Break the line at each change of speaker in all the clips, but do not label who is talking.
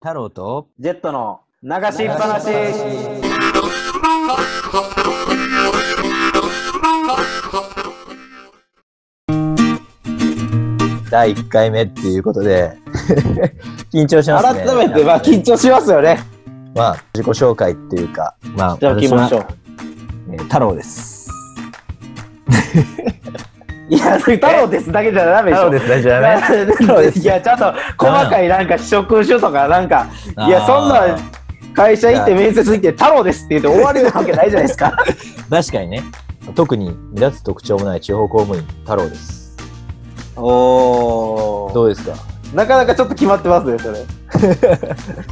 太郎と
ジェットの流しっぱなし。
第1回目っていうことで緊張しますね
改めて、まあ、緊張しますよね。
まあ自己紹介っていうかまあ
じゃあ、行きましょう
私は。えー太郎です
いや、太郎ですだけじゃダメでしょ。
すねじゃね
太郎です。いや、ちょっと細かいなんか試食書とか、なんか、いやそんな会社行って面接行って、太郎ですって言って終わりなわけないじゃないですか。
確かにね特に目立つ特徴もない地方公務員太郎です
お
どうですか
なかなかちょっと決まってますね、それ。昨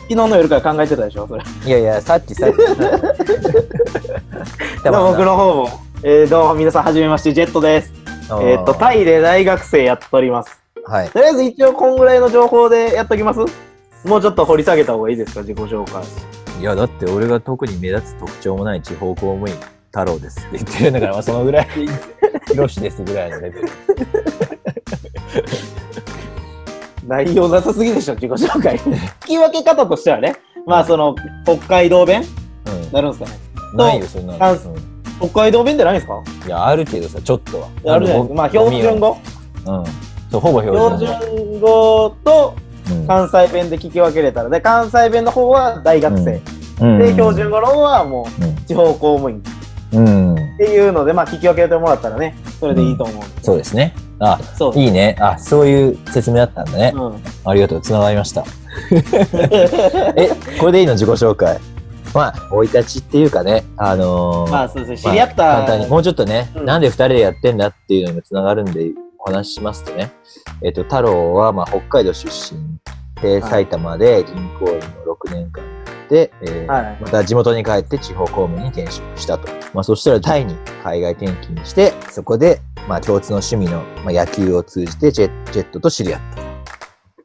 日の夜から考えてたでしょ、それ。
いやいやさっき さっき
でも僕の方も、えーどうも皆さん、はじめまして、ジェットです。えーっと、タイで大学生やっております。
はい
とりあえず一応こんぐらいの情報でやっときますもうちょっと掘り下げた方がいいですか自己紹介
いやだって俺が特に目立つ特徴もない地方公務員太郎ですって言ってるんだからまあその ぐらい広しですぐらいのレベル
内容なさすぎでしょ自己紹 介聞き分け方としてはねまあその北海道弁
う
なるんですかね
んないよそんな
あ
の、うん
北海道弁ってないんですか
いやあるけどさちょっとは
あるじゃないですかまあ標準語
語うんそうほぼ標
標
準語
準語と
うん
関西弁で聞き分けれたらで関西弁の方は大学生、
うん
で標準語の方はも
うん
う地方公務員っ
うん、
ていうのでまあ聞き分けてもらったらねそれでいいと思うんで、
そうですねあ
そう
いいねあそういう説明だったんだね、
うん
ありがとうつながりました えこれでいいの自己紹介まあ生い立ちっていうかねあのー
まあそうですね知り合った、
簡単にもうちょっとね、
うん
なんで2人でやってんだっていうのにもつながるんでお話ししますとね、えっと太郎はまあ北海道出身で
はい
埼玉で銀行員を6年間やって、えー
はい
また地元に帰って地方公務員に転職したと、まあ、そしたらタイに海外転勤してそこでまあ共通の趣味のまあ野球を通じてジェジェットと知り合っ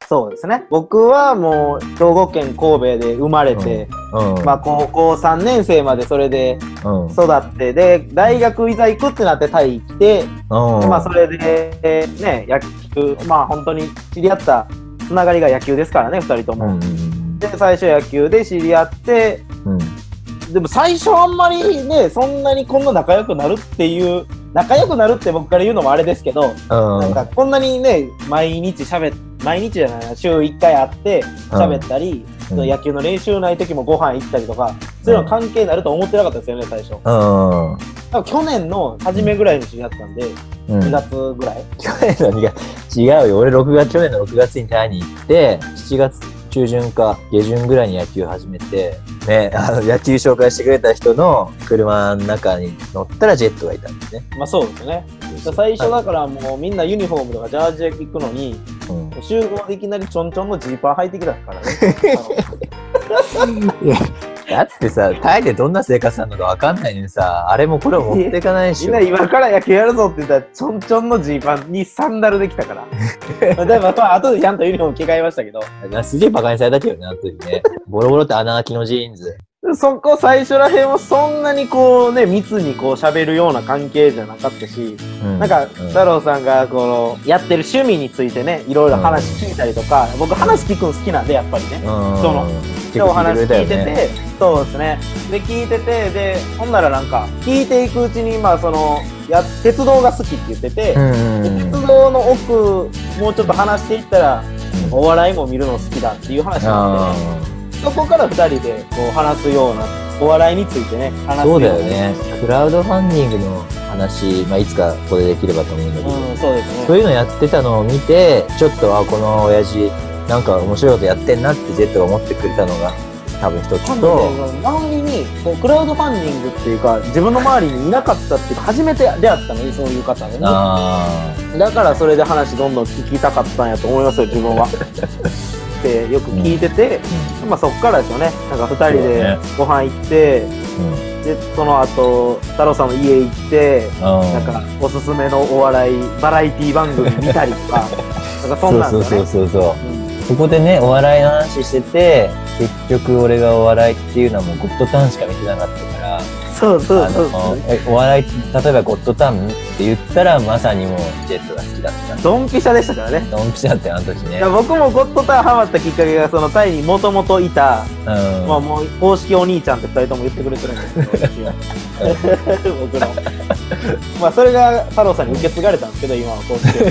そうですね。僕はもう兵庫県神戸で生まれて、
た、うん
まあ高校3年生までそれで
うん
育って、で、大学いざ行くってなってタイ行って、
うん
まあそれで、えーね、野球、まあ本当に知り合ったつながりが野球ですからね、2人と
う
も。
んうん
で、最初野球で知り合って、
うん
でも最初あんまりね、そんなにこんな仲良くなるっていう、仲良くなるって僕から言うのもあれですけ
う
ど、
ん
なんかこんなにね、毎日喋っ毎日じゃないな、週1回会って喋ったり、
うん
野球の練習ない時もご飯行ったりとか、そういうの関係になると思ってなかったですよね、最初。
うん
多分去年の初めぐらいに知り合ったんで、
うん
2月ぐらい。
去 年の2月、違うよ。俺6月、去年の6月にタイに行って、7月中旬か下旬ぐらいに野球始めて、ね、あの、野球紹介してくれた人の車の中に乗ったらジェットがいたんですね。
まあそうですね。最初だからもうみんなユニフォームとかジャージで行くのに、
うん
集合でいきなりちょんちょんのジーパン履いてきたから ね。
だってさ、タイでどんな生活なのかわかんないのにさ、あれもこれも持っていかないで
み
し
ん
ょ
な。今から野球やるぞって言ったら、ちょんちょんのジーパンにサンダルできたから。まあでもまあ後でちゃんとユニフォーム着替えましたけど、
すげえバカにされたけどね、あの時ね。ボロボロって穴開きのジーンズ。
そこ最初らへんはそんなにこうね、密にこう喋るような関係じゃなかったし、
うん
なんか、
うん
太郎さんがこのやってる趣味についてねいろいろ話聞いたりとか、僕話聞くの好きなんでやっぱりねその
結
お
構聞
話
い
聞
て
い
くれた
てて、
よね
そうですねで聞いててでほんならなんか聞いていくうちにまあそのや鉄道が好きって言ってて、
うん
で
うんうん
鉄道の奥もうちょっと話していったらお笑いも見るの好きだっていう話になって、ね、
あー
そこから2人でこう話すようなお笑いについてね話すよ
そうう
な
だよね。クラウドファンディングの話、まあ、いつかこれできればと思うんだけど、
うんそうですね
そういうのやってたのを見て、ちょっと、あ、この親父、なんか面白いことやってんなってジェットが思ってくれたのが、多分一
多
つと、
分ね周りにこうクラウドファンディングっていうか自分の周りにいなかったっていうか初めて出会ったのにそういう方が
あ
ねだからそれで話どんどん聞きたかったんやと思いますよ自 分は。ってよく聞いてて、まあそっからですよねなんか2人
そうだ
で
ね
ご飯行って、
ー、うん。
でその後太郎さんの家行って
うん
なんかおすすめのお笑いバラエティ番組見たりと かなんかそんなん
そう
が
そう
ね。
そうそう。
うん
そこでね、お笑いの話してて、結局俺がお笑いっていうのはもうゴッドタンしか見てなかったから、
そうそう
あ
そう
のえお笑い例えば「ゴッドタン」って言ったらまさにもうジェットが好きだった
ドンピシャでしたからね
ドンピシャだってあの時ね
いや僕もゴッドタンハマったきっかけがそのタイにもともといた、
うん
まあ、もう公式お兄ちゃんって2人とも言ってくれてるんですけど私は僕のまあそれが太郎さんに受け継がれたんですけど今は公式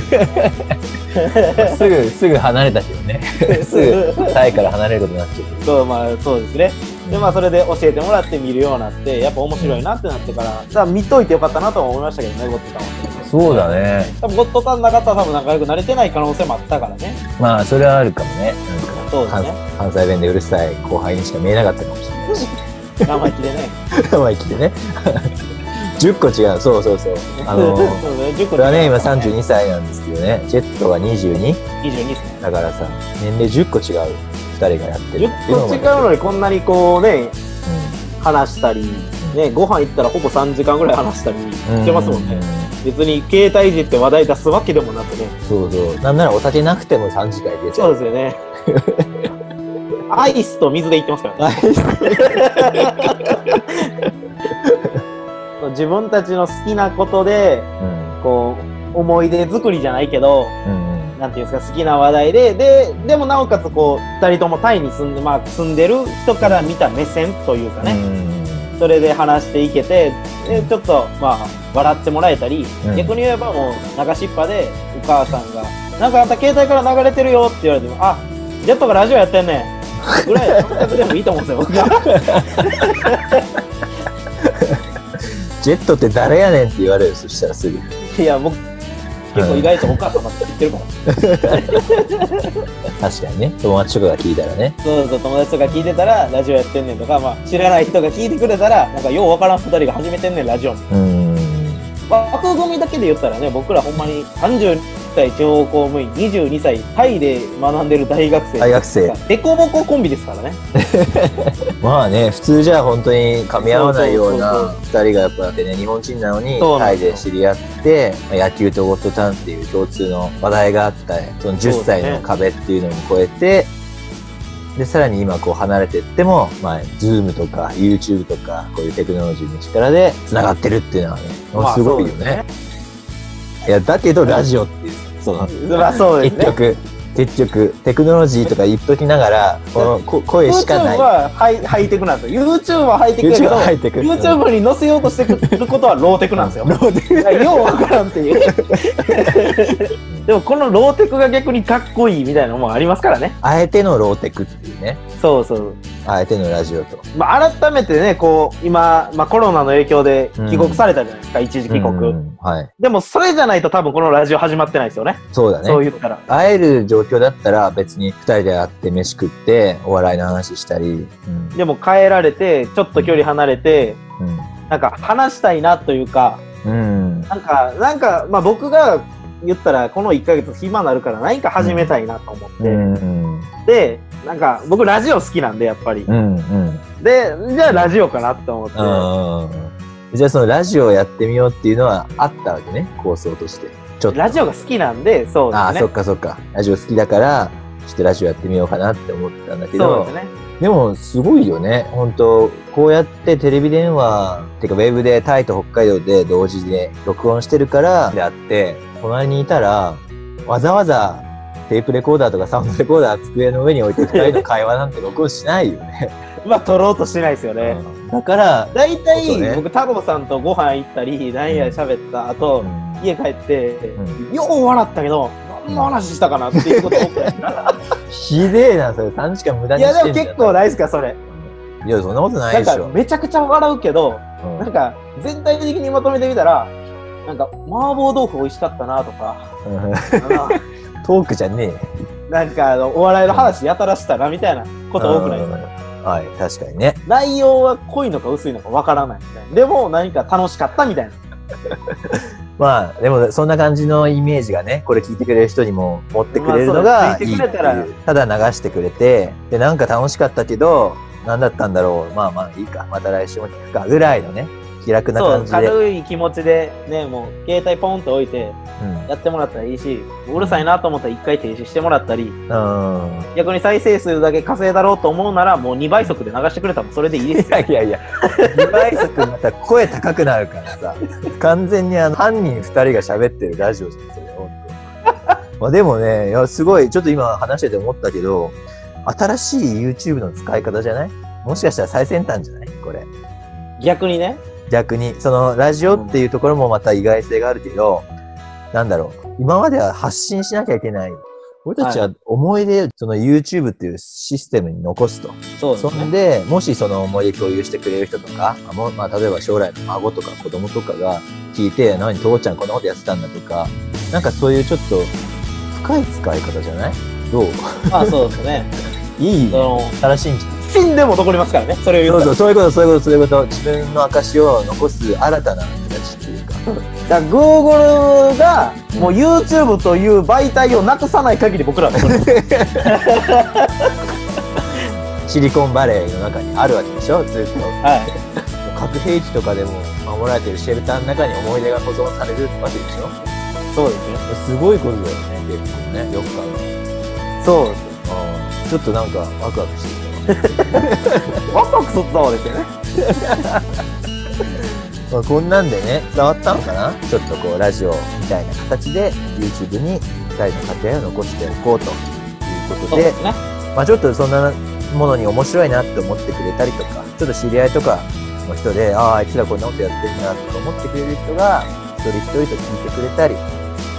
お兄ち
すぐすぐ離れたけどね すぐタイから離れることになっちゃ
ゃんそうまあそうですねでまあそれで教えてもらって見るようになってやっぱ面白いなってなってからだから見といてよかったなとは思いましたけどねゴッドタンは
うそうだね
多分ゴッドタンなかったら多分仲良くなれてない可能性もあったからね
まあそれはあるかもねなんか
そうですね
関関西弁でうるさい後輩にしか見えなかったかもしれ ないし
生意気でね
生意気 でね10個違うそうそうそうあの
そうね10個
これはね今32歳なんですけどねジェットが 22?
22ですね
だからさ年齢10個違う2人がやってるっていう
10
の
個
も
違うのにこんなにこうね話したり、ね、ご飯行ったらほぼ3時間ぐらい話したり
うん
してますもん
う
ね
う
別に携帯時って話題出すわけでもなくね
そうそうなんならお酒なくても3時間いけちゃ
そう
う
ですよねアイスと水で行ってますからね自分たちの好きなことで
うん
こう思い出作りじゃないけど
うんうん
なんていうんですか好きな話題でででもなおかつこう2人ともタイに住んで,、まあ、住んでる人から見た目線というかね、
ね。
それで話していけてでちょっとまあ笑ってもらえたり、
うん
逆に言えばもう流しっぱでお母さんが「なんかあんた携帯から流れてるよ」って言われても「あジェットがラジオやってんねん」ぐらいの感覚でもいいと思うんですよ僕は
ジェットって誰やねんって言われる、そしたらすぐ。
いや僕結構意外とお母様って言ってるかもし
確かにね、友達とかが聞いたらね。
れないそうそう友達とか聞いてたらラジオやってんねんとか、まあ、知らない人が聞いてくれたらなんかようわからん2人が始めてんねんラジオ
うーん。
枠組みだけで言ったらね僕らほんまに30歳地方公務員22歳タイで学んでる大学生
大学生。
デコボココンビですからね
まあね、普通じゃ本当に噛み合わないよう
そう
な
そ
二人がやっぱってね、日本人なのに
そうな
タ
ん
イ
ですよ
で知り合って、まあ野球とゴッドタンっていう共通の話題があったり、その
そ
10
うですね
歳の壁っていうのも超えて、で、さらに今こう離れてっても、まあ、ズームとか YouTube とか、こういうテクノロジーの力で繋がってるっていうのはね、すごいよね。いや、だけどラジオっていう、その、
まあそうです
結
ね
局、結局、テクノロジーとか言っときながら、このこ声
YouTube
しかない。
はハイハイテクなんですよ YouTube はハイテクやけ
YouTube
ど
はハイテク
YouTube に載せようとしてくることはローテクなんですよいやようわからんっ ていうでもこのローテクが逆にかっこいいみたいなのもありますからね
あえてのローテクっていうね。
そうそう
あえてのラジオと。
まあ改めてねこう今、まあ、コロナの影響で帰国されたじゃないですか、一時帰国、
うんはい。
でもそれじゃないと多分このラジオ始まってないですよね。
そうだ
そう
ね。
言ったら。
会える状況だったら別に二人で会って飯食ってお笑いの話したり、うん
でも帰られて、ちょっと距離離れて、なんか話したいなというか、
うん、うん、
なんか、なんか、まあ僕が言ったらこの1ヶ月暇になるから何か始めたいなと思って。
うん、うん、
で、なんか僕ラジオ好きなんでやっぱり。
うん、うん。
で、じゃあラジオかなと思って。
あーじゃあそのラジオやってみようっていうのはあったわけね構想としてちょっと
ラジオが好きなんで、そうで
あ
す
あ
ね。
そっかそっかラジオ好きだからちょっとラジオやってみようかなって思ってたんだけ
そ
ど
う
で
で
す
ね。
もすごいよね本当こうやってテレビ電話てかウェブでタイと北海道で同時で録音してるからであって隣にいたらわざわざテープレコーダーとかサウンドレコーダー机の上に置いて2人の会話なんて録音しないよ ね。
まあ撮ろうとしないですよね。
だから、
大
そうね
体僕太郎さんとご飯行ったり、なんや喋った後、家帰って、
う
よう笑ったけど、何の話したかなっていうこと 思った。
ひでえな、それ。3時間無駄
い
に
や、
し
で
て
も
んじゃん
結構ないですか、それ。
いや、そんなことない
なん
でし
か、
ょ。
めちゃくちゃ笑うけど、
うん
なんか、全体的にまとめてみたら、なんか、麻婆豆腐美味しかったなとか、
うん
あの
トークじゃ ね
なんかあの、お笑いの話やたらしたなみたいなこと多くないですか。
え。はい、確かにね。
内容は濃いのか薄いのかわからないみたいな。でも、何か楽しかったみたいな。
まあ、でも、そんな感じのイメージがね、これ聞いてくれる人にも持ってくれるの
まあ
が
そう
い
聞
い
い
っててい
くれたら
う。ただ流してくれて、で、なんか楽しかったけど、何だったんだろう。まあまあいいか。また来週も聞くか。ぐらいのね、気楽な
そ
感
う、
じで。
軽い気持ちで、ね、もう、携帯ポンと置いて、
うん
やってもらったらいいし、うるさいなと思ったら一回停止してもらったり、
うん。
逆に再生数だけ稼いだろうと思うなら、もう2倍速で流してくれたらもうそれでいいです
いやいやいや、2倍速また声高くなるからさ、完全にあの犯人2人が喋ってるラジオじゃん、それ、本当まあでもね、いや、すごい、ちょっと今話してて思ったけど、新しい YouTube の使い方じゃないもしかしたら最先端じゃないこれ。
逆にね。
逆に、そのラジオっていうところもまた意外性があるけど、なんだろう、今までは発信しなきゃいけない。俺たちは思い出をその YouTube っていうシステムに残すと。
そうです
そん
ね。
で、もしその思い出共有してくれる人とか、あもうまあ、例えば将来の孫とか子供とかが聞いて、何、父ちゃんこんなことやってたんだとか、なんかそういうちょっと深い使い方じゃないどう
まあそうですね。
いい
その、
新しいんじゃない
死んでも残りますからね、それを
そう
言うと。
そう、そういうこと、そういうこと、そういうこと。自分の証を残す新たな形って いうか。
だから Google が、もう YouTube という媒体をなくさない限り僕らはそれ
シリコンバレーの中にあるわけでしょずっと。
は
核兵器とかでも守られてるシェルターの中に思い出が保存されるわけでしょ
い。そうですね。
すごいことだよね、結構ね。よく考えたら
そうですね。
あーちょっとなんかワクワクしてき
ワクワクするぞですよね。
た、まあ、こんなんでね伝わったのかなちょっとこうラジオみたいな形で YouTube に2人の家庭を残しておこうということ
そう
で
ですね。
まあ、ちょっとそんなものに面白いなって思ってくれたりとかちょっと知り合いとかの人であああいつらこんなことやってるなとか思ってくれる人が一人一人と聞いてくれたりし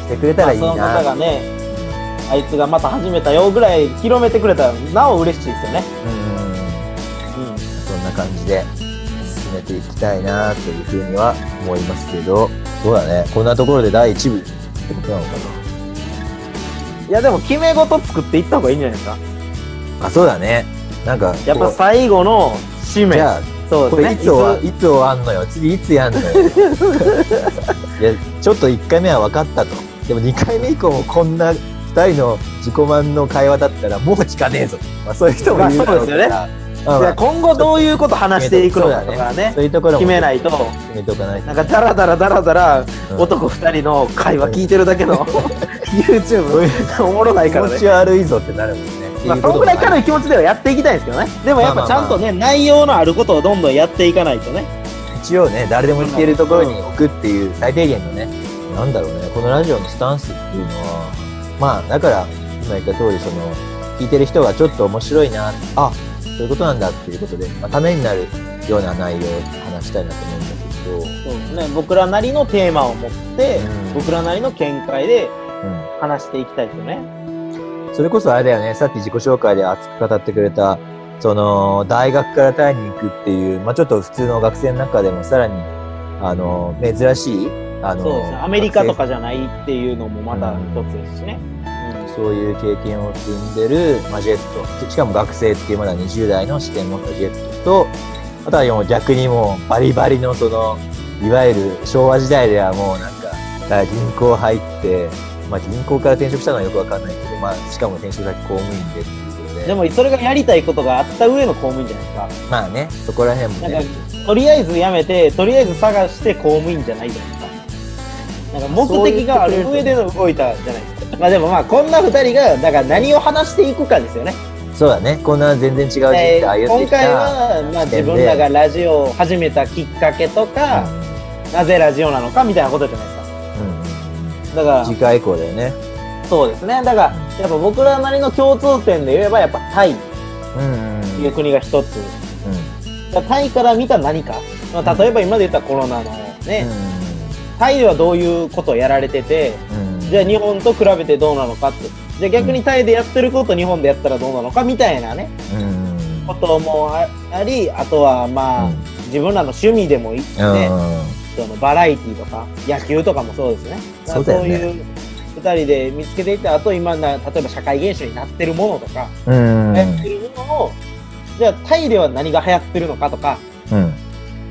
てくれたらいい
その方
な
がね、あいつがまた始めたよぐらい広めてくれたら、なお嬉しいですよね。
うん
うん。
そんな感じで進めていきたいなというふうには思いますけど、そうだね。こんなところで第1部ってことなのか
いやでも決め事作っていった方がいいんじゃないですか
な。あ、そうだね。なんか、
やっぱ
こ
最後の締
う
め
じゃあ、
そう
こ
です
れ
ね
いつは、いつ終わんのよ。次いつやんの よ。いや、ちょっと1回目は分かったと。でも2回目以降もこんな2人の自己満の会話だったらもう聞かねえぞ。まあそういう人もいるだろうから。
ま
うん
いや今後どういうこと話していくのかと
そ
かね
そういうところも
決めないと
決めとかないと
なんかダラダラダラダラ
うん
男二人の会話聞いてるだけ の YouTube おもろない
気
から
持
ね
ち悪いぞってなるもんね。
まあそのぐらい軽い気持ちではやっていきたいですけどねでもやっぱちゃんとね内容のあることをどんどんやっていかないとね
一応ね、誰でも聞けるところに置くっていう最低限のね、なんだろうね、このラジオのスタンスっていうのは、まあ、だから、今言った通り、その、聞いてる人がちょっと面白いな、あ、そういうことなんだっていうことで、まあ、ためになるような内容を話したいなと思うんだ
そうですね僕らなりのテーマを持って
うん
僕らなりの見解で
けど、うん。
話していきたいですよね
それこそあれだよね、さっき自己紹介で熱く語ってくれた、その、大学からタイに行くっていう、まあちょっと普通の学生の中でもさらに、あの、珍しい、あの、
そうですねアメリカ
学
と
生
かじゃないっていうのもまた一つですしね
そういう経験を積んでる、まあ、ジェット。しかも学生っていうまだ20代の視点を持ったジェットと、あとはもう逆にもうバリバリのその、いわゆる昭和時代ではもうなんか、あ銀行入って、まあ銀行から転職したのはよくわかんないけど、まあしかも転職先公務員でっていうことで、
でもそれがやりたいことがあった上の公務員じゃないですか
まあね、そこら辺も
なん
ね
か、とりあえず辞めてとりあえず探して公務員じゃないじゃないですかなんか目的がある上での動いたじゃないですかまあでもまあこんな2人がだから何を話していくかですよね、
そうだね、こんな全然違う時期
え
で
ー
歩んで
今
きた。
回はまあ自分らがラジオを始めたきっかけとか、なぜラジオなのかみたいなことじゃないです
うんうんうん
かだから
次回以降だよね。
そうですねだからやっぱ僕らなりの共通点で言えばやっぱタイっ
うんうん
て
うん。
いう国が一つ
うん
だからタイから見た何か、まあ、例えば今で言ったらコロナのね、タイではどういうことをやられてて
うんうん
じゃあ日本と比べてどうなのかってじゃあ逆にタイでやってること日本でやったらどうなのかみたいなね
うんうん
こともあありあとはまあ、
うん
自分らの趣味でもいいっ
う
て、
ん
そのバラエティとか野球とかもそうですね
そうだよね
からそういう2人で見つけていってあと今な例えば社会現象になってるものとか、
うん
流行ってるものをじゃあタイでは何が流行ってるのかとか
うん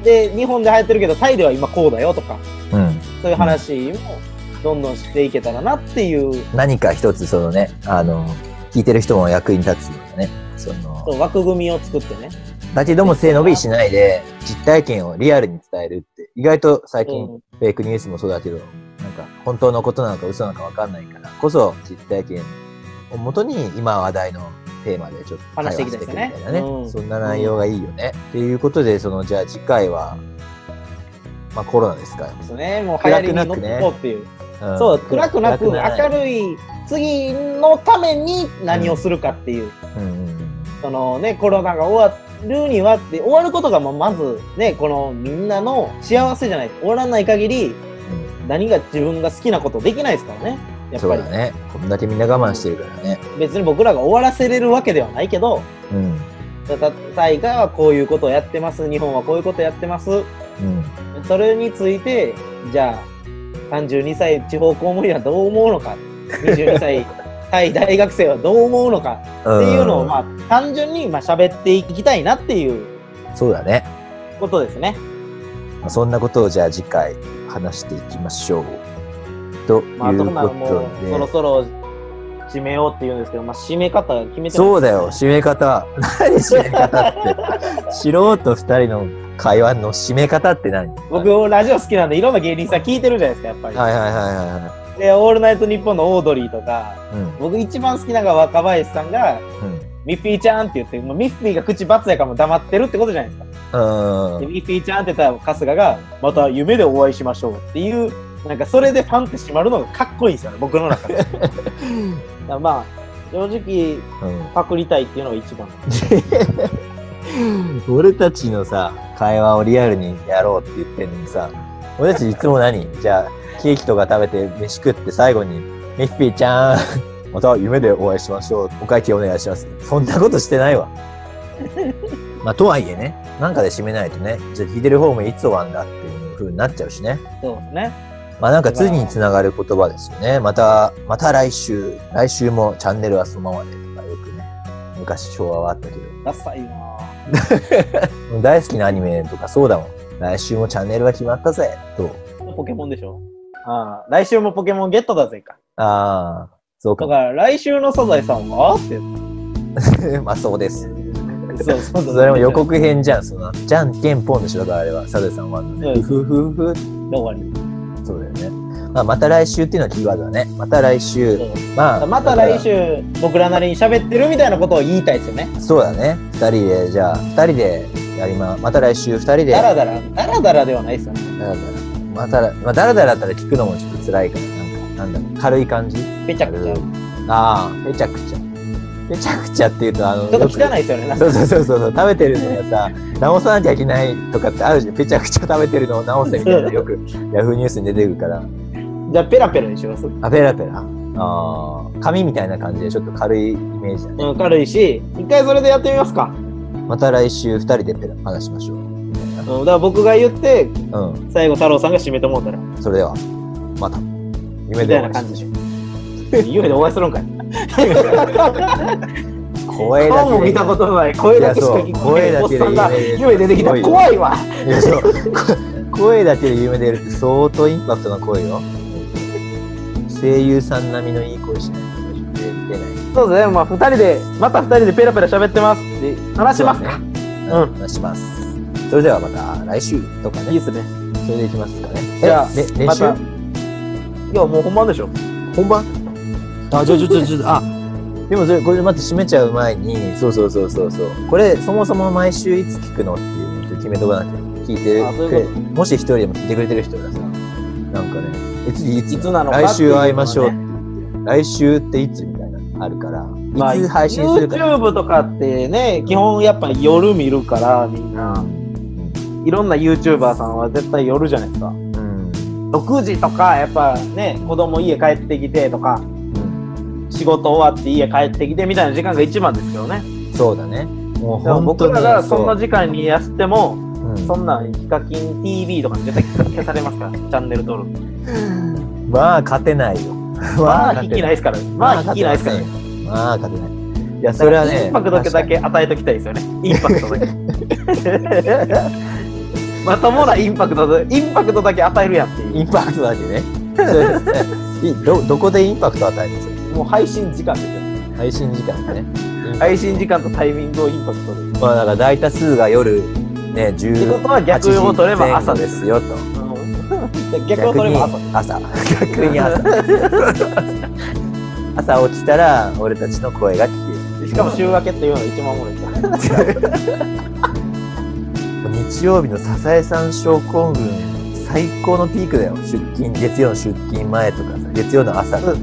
で日本で流行ってるけどタイでは今こうだよとか
うん
そういう話もどんどんしていけたらなっていう
何か一つそのねあの聞いてる人も役に立つようなねその
そう枠組みを作ってね。
だけども背伸びしないで実体験をリアルに伝えるって意外と最近
うん
フェイクニュースもそうだけどなんか本当のことなのか嘘なのかわかんないからこそ実体験をもとに今話題のテーマでちょっと
話していきた
会
い
話
ですね
していくみたいなね、
うん
そんな内容がいいよね、っていうことでそのじゃあ次回はまあコロナですか
ですね。もう流行りに乗っていこうっていう。
ら、ん
そう、暗くなく明
い、
るい次のために何をするかっていう。
うんうんうん
そのね、コロナが終わるにはって、終わることがもうまずね、このみんなの幸せじゃない。終わらない限り、何が自分が好きなことできないですからね。やっ
そう
ぱり
だ。ねこんだけみんな我慢してるからね
別に僕らが終わらせれるわけではないけど、
うん
大会はこういうことをやってます。日本はこういうことをやってます。
うん
それについて、じゃあ、32歳地方公務員はどう思うのか、22歳 対大学生はどう思うのか
っ
っていうのを、まあ、単純にまあ喋っていきたいなっていう
そうだね
ことですね。
まあそんなことをじゃあ次回話していきましょう。という
まあ、そんなの
こ
も
と
う、
で、
そろそろ締めようって言うんですけど、まあ、締め方決めてない
そうだよ、締め方。 何締め方 って。素人二人の会話の締め方って何
僕、ラジオ好きなんで、いろんな芸人さん聞いてるじゃないですか、やっぱり。
はいはいはいはいは
で、オールナイトニッポンのオードリーとか、
い。うん。
僕一番好きなのが若林さんが、ミッフィーちゃんって言って、もうミッフィーが口バツやからもう黙ってるってことじゃないですか。
うん。う
で
ん。
ミッフィーちゃんって言ったら春日がまた夢でお会いしましょうっていうなんかそれでファンって閉まるのがかっこいいんですよね僕 の中でだからまあ正直
うん
パクりたいっていうのが一番
俺たちのさ、会話をリアルにやろうって言ってんのにさ、俺たちいつも何じゃあ、ケーキとか食べて、飯食って最後に、ミッフィーちゃん、また夢でお会いしましょう。お会計お願いします。そんなことしてないわ。まあ、とはいえね、なんかで締めないとね、じゃあ聞いてる方もいつ終わんだっていう風になっちゃうしね。
そうですね
まあなんか次につながる言葉ですよね。また、また来週、来週もチャンネルはそのままでとかよくね、昔昭和はあったけど。
ダサいなぁ
大好きなアニメとかそうだもん。来週もチャンネルは決まったぜ。と。
ポケモンでしょああ来週もポケモンゲットだぜか
ああ、そうか。
だ から来週のサザエさんはって言
まあそうです。
ってそうそう
それも予告編じゃん、その。じゃんけんぽんでしょ、だからあれは。サザエさんは。
そう
ふ
です
ふふふ。
で終わ
そうだよね。まあまた来週っていうのはキーワードだね。また来週
り。そう
まあ。
また来週僕らなりに喋ってるみたいなことを言いたいですよね
そうだね。二人で、じゃあ、二人でやりま、また来週二人で。
ダラダラダラダラではないですよね
だらだらまたら、まあ、だらだらだったら聞くのもちょっと辛いから、なんか、なんだろう、軽い感じ
めちゃくちゃち
ああ、めちゃくちゃ。めちゃくちゃって言うと、あの、
ょっと汚
よ
いですよねなん
く
か
そうそうそうそうそう、食べてるのがさ、直さなきゃいけないとかってあるじゃん。ぺちゃくちゃ食べてるのを直せみたいなの よく、ヤフーニュースに出てくるから、
じゃあペラペラにします
あ、ペラペラ。ああ、紙みたいな感じでちょっと軽いイメージだね。
うん、軽いし、一回それでやってみますか。
また来週二人でペラ話しましょう。
うん、だから僕が言って、
うん、
最後太郎さんが締めてもうたら、み
それでは、また。夢
た
で
い
お会
ない
しましょう
感じでしょ。夢でお会いするんかい。
声だけで
顔も見たことない。声だけしか
い
聞
やそう
こえない。おっ
声だけ
さん
で
が夢出てきた。
すごいよ
怖いわ。
いやそうこ 声だけで夢出るって相当インパクトな声よ声優さん並みのいい声しないと出ない
そうですね。まあ、二人で、また二人でペラペラ喋ってます。で、話しますか。
うん話しますそれではまた来週とか
いい
ね
ですね。
それでいきますかね
じゃあ
えれ練
ま
習、
た。いや、もう本番でしょ。
本番あちょちょちょちょあでもそれこれ待って閉めちゃう前にそうそうそうそうそうこれそもそも毎週いつ聞くのっていうのを決めとかなきゃ聞いて
あそう
る
いうこ
もし一人でも聞いてくれてる人がさなんかねいついつ
いつなのかっていうのは
来週会
ね
いましょうって言って来週っていつみたいなのあるから、
まあ、
いつ配信するか
YouTube とかってね、基本やっぱ夜見るから、みんな。いろんな YouTuber さんは絶対夜じゃないですか。
うんうん
6時とかやっぱね子供家帰ってきてと
う
か
ん
仕事終わって家帰ってきてみたいな時間が一番ですけどね
そうだねもう
でも
本当
僕
に
らが
そう
そんな時間にやっても
うん
そんなヒカキン TV とかに絶対消されますからチャンネル登録
まあ勝てないよ
まあ
勝
引
て
きないですからまあ引きないですからね
まあ勝てない。いや、それはね。
インパクトだけだけ与えときたいですよねインパクトだけまともなインパクトでインパクトだけ与えるやんってい
イ
う
ンパクトだけ ね。いど、どこでインパクト与えます
もう配信時間ですよ
配信時間ね。
配信時間とタイミングをインパクトで。
まあだから大多数が夜ね10
ってことは逆を取れば朝です
8時前後ですよと
逆を取れば朝。
朝逆に朝 朝起きたら俺たちの声が聞ける
しかも週明けっていうのが一番おもろいから。
日曜日のサザエさん症候群最高のピークだよ出勤月曜の出勤前とかさ月曜の朝もう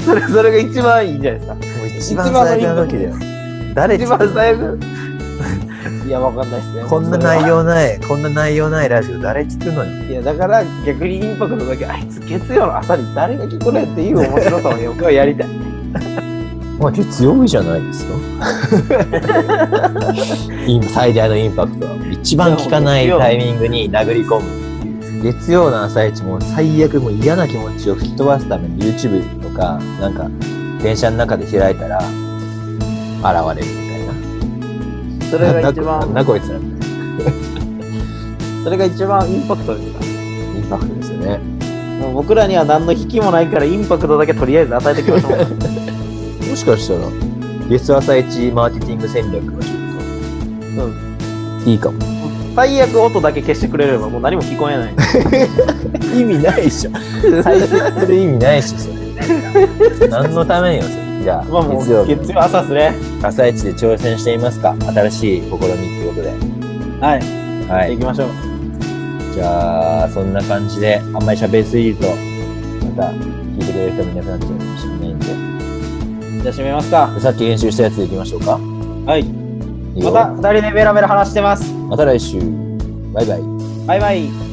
それ、それが一番いいんじゃないですか。
一番最高の時だよ誰
一番最後。 いや、わかんないですね。
こんな内容ないこんな内容ないラジオ誰聞くのよ
いや、だから逆にインパクトだけ、あいつ月曜の朝に誰が聞こえっていう面白さを僕はや りたい。
まあ月曜日じゃないです よイン最大のインパクトは一番効かないタイミングに殴り込む月曜の朝一も最悪もう嫌な気持ちを吹き飛ばすために YouTube とかなんか電車の中で開いたら現れるみたいな
それが一
なん
番、
だこいつらみたい
それが一番インパクトですか
なインパクトですよね
もう僕らには何の引きもないからインパクトだけとりあえず与えてきましょう。
もしかしたら月朝一マーケティング戦略がちょ
うん
っといいかも
最悪音だけ消してくれればもう何も聞こえ ない。
意味ないでしょ再生する意味ないしそれ何のためによそれじゃあ
まあもう
月曜日
月曜朝ですね。
朝一で挑戦してみますか新しい試みってことで
はい。
は
行
い
きましょう。
じゃあそんな感じであんまり喋りすぎるとまた聞いてくれる人もいなくなっちゃうかもしれないんで
じゃあ締めますか。
でさっき練習したやつでいきましょうか
はい。
いいよ
また二人でベラベラ話してます。
また来週バイバイ
バイバイ。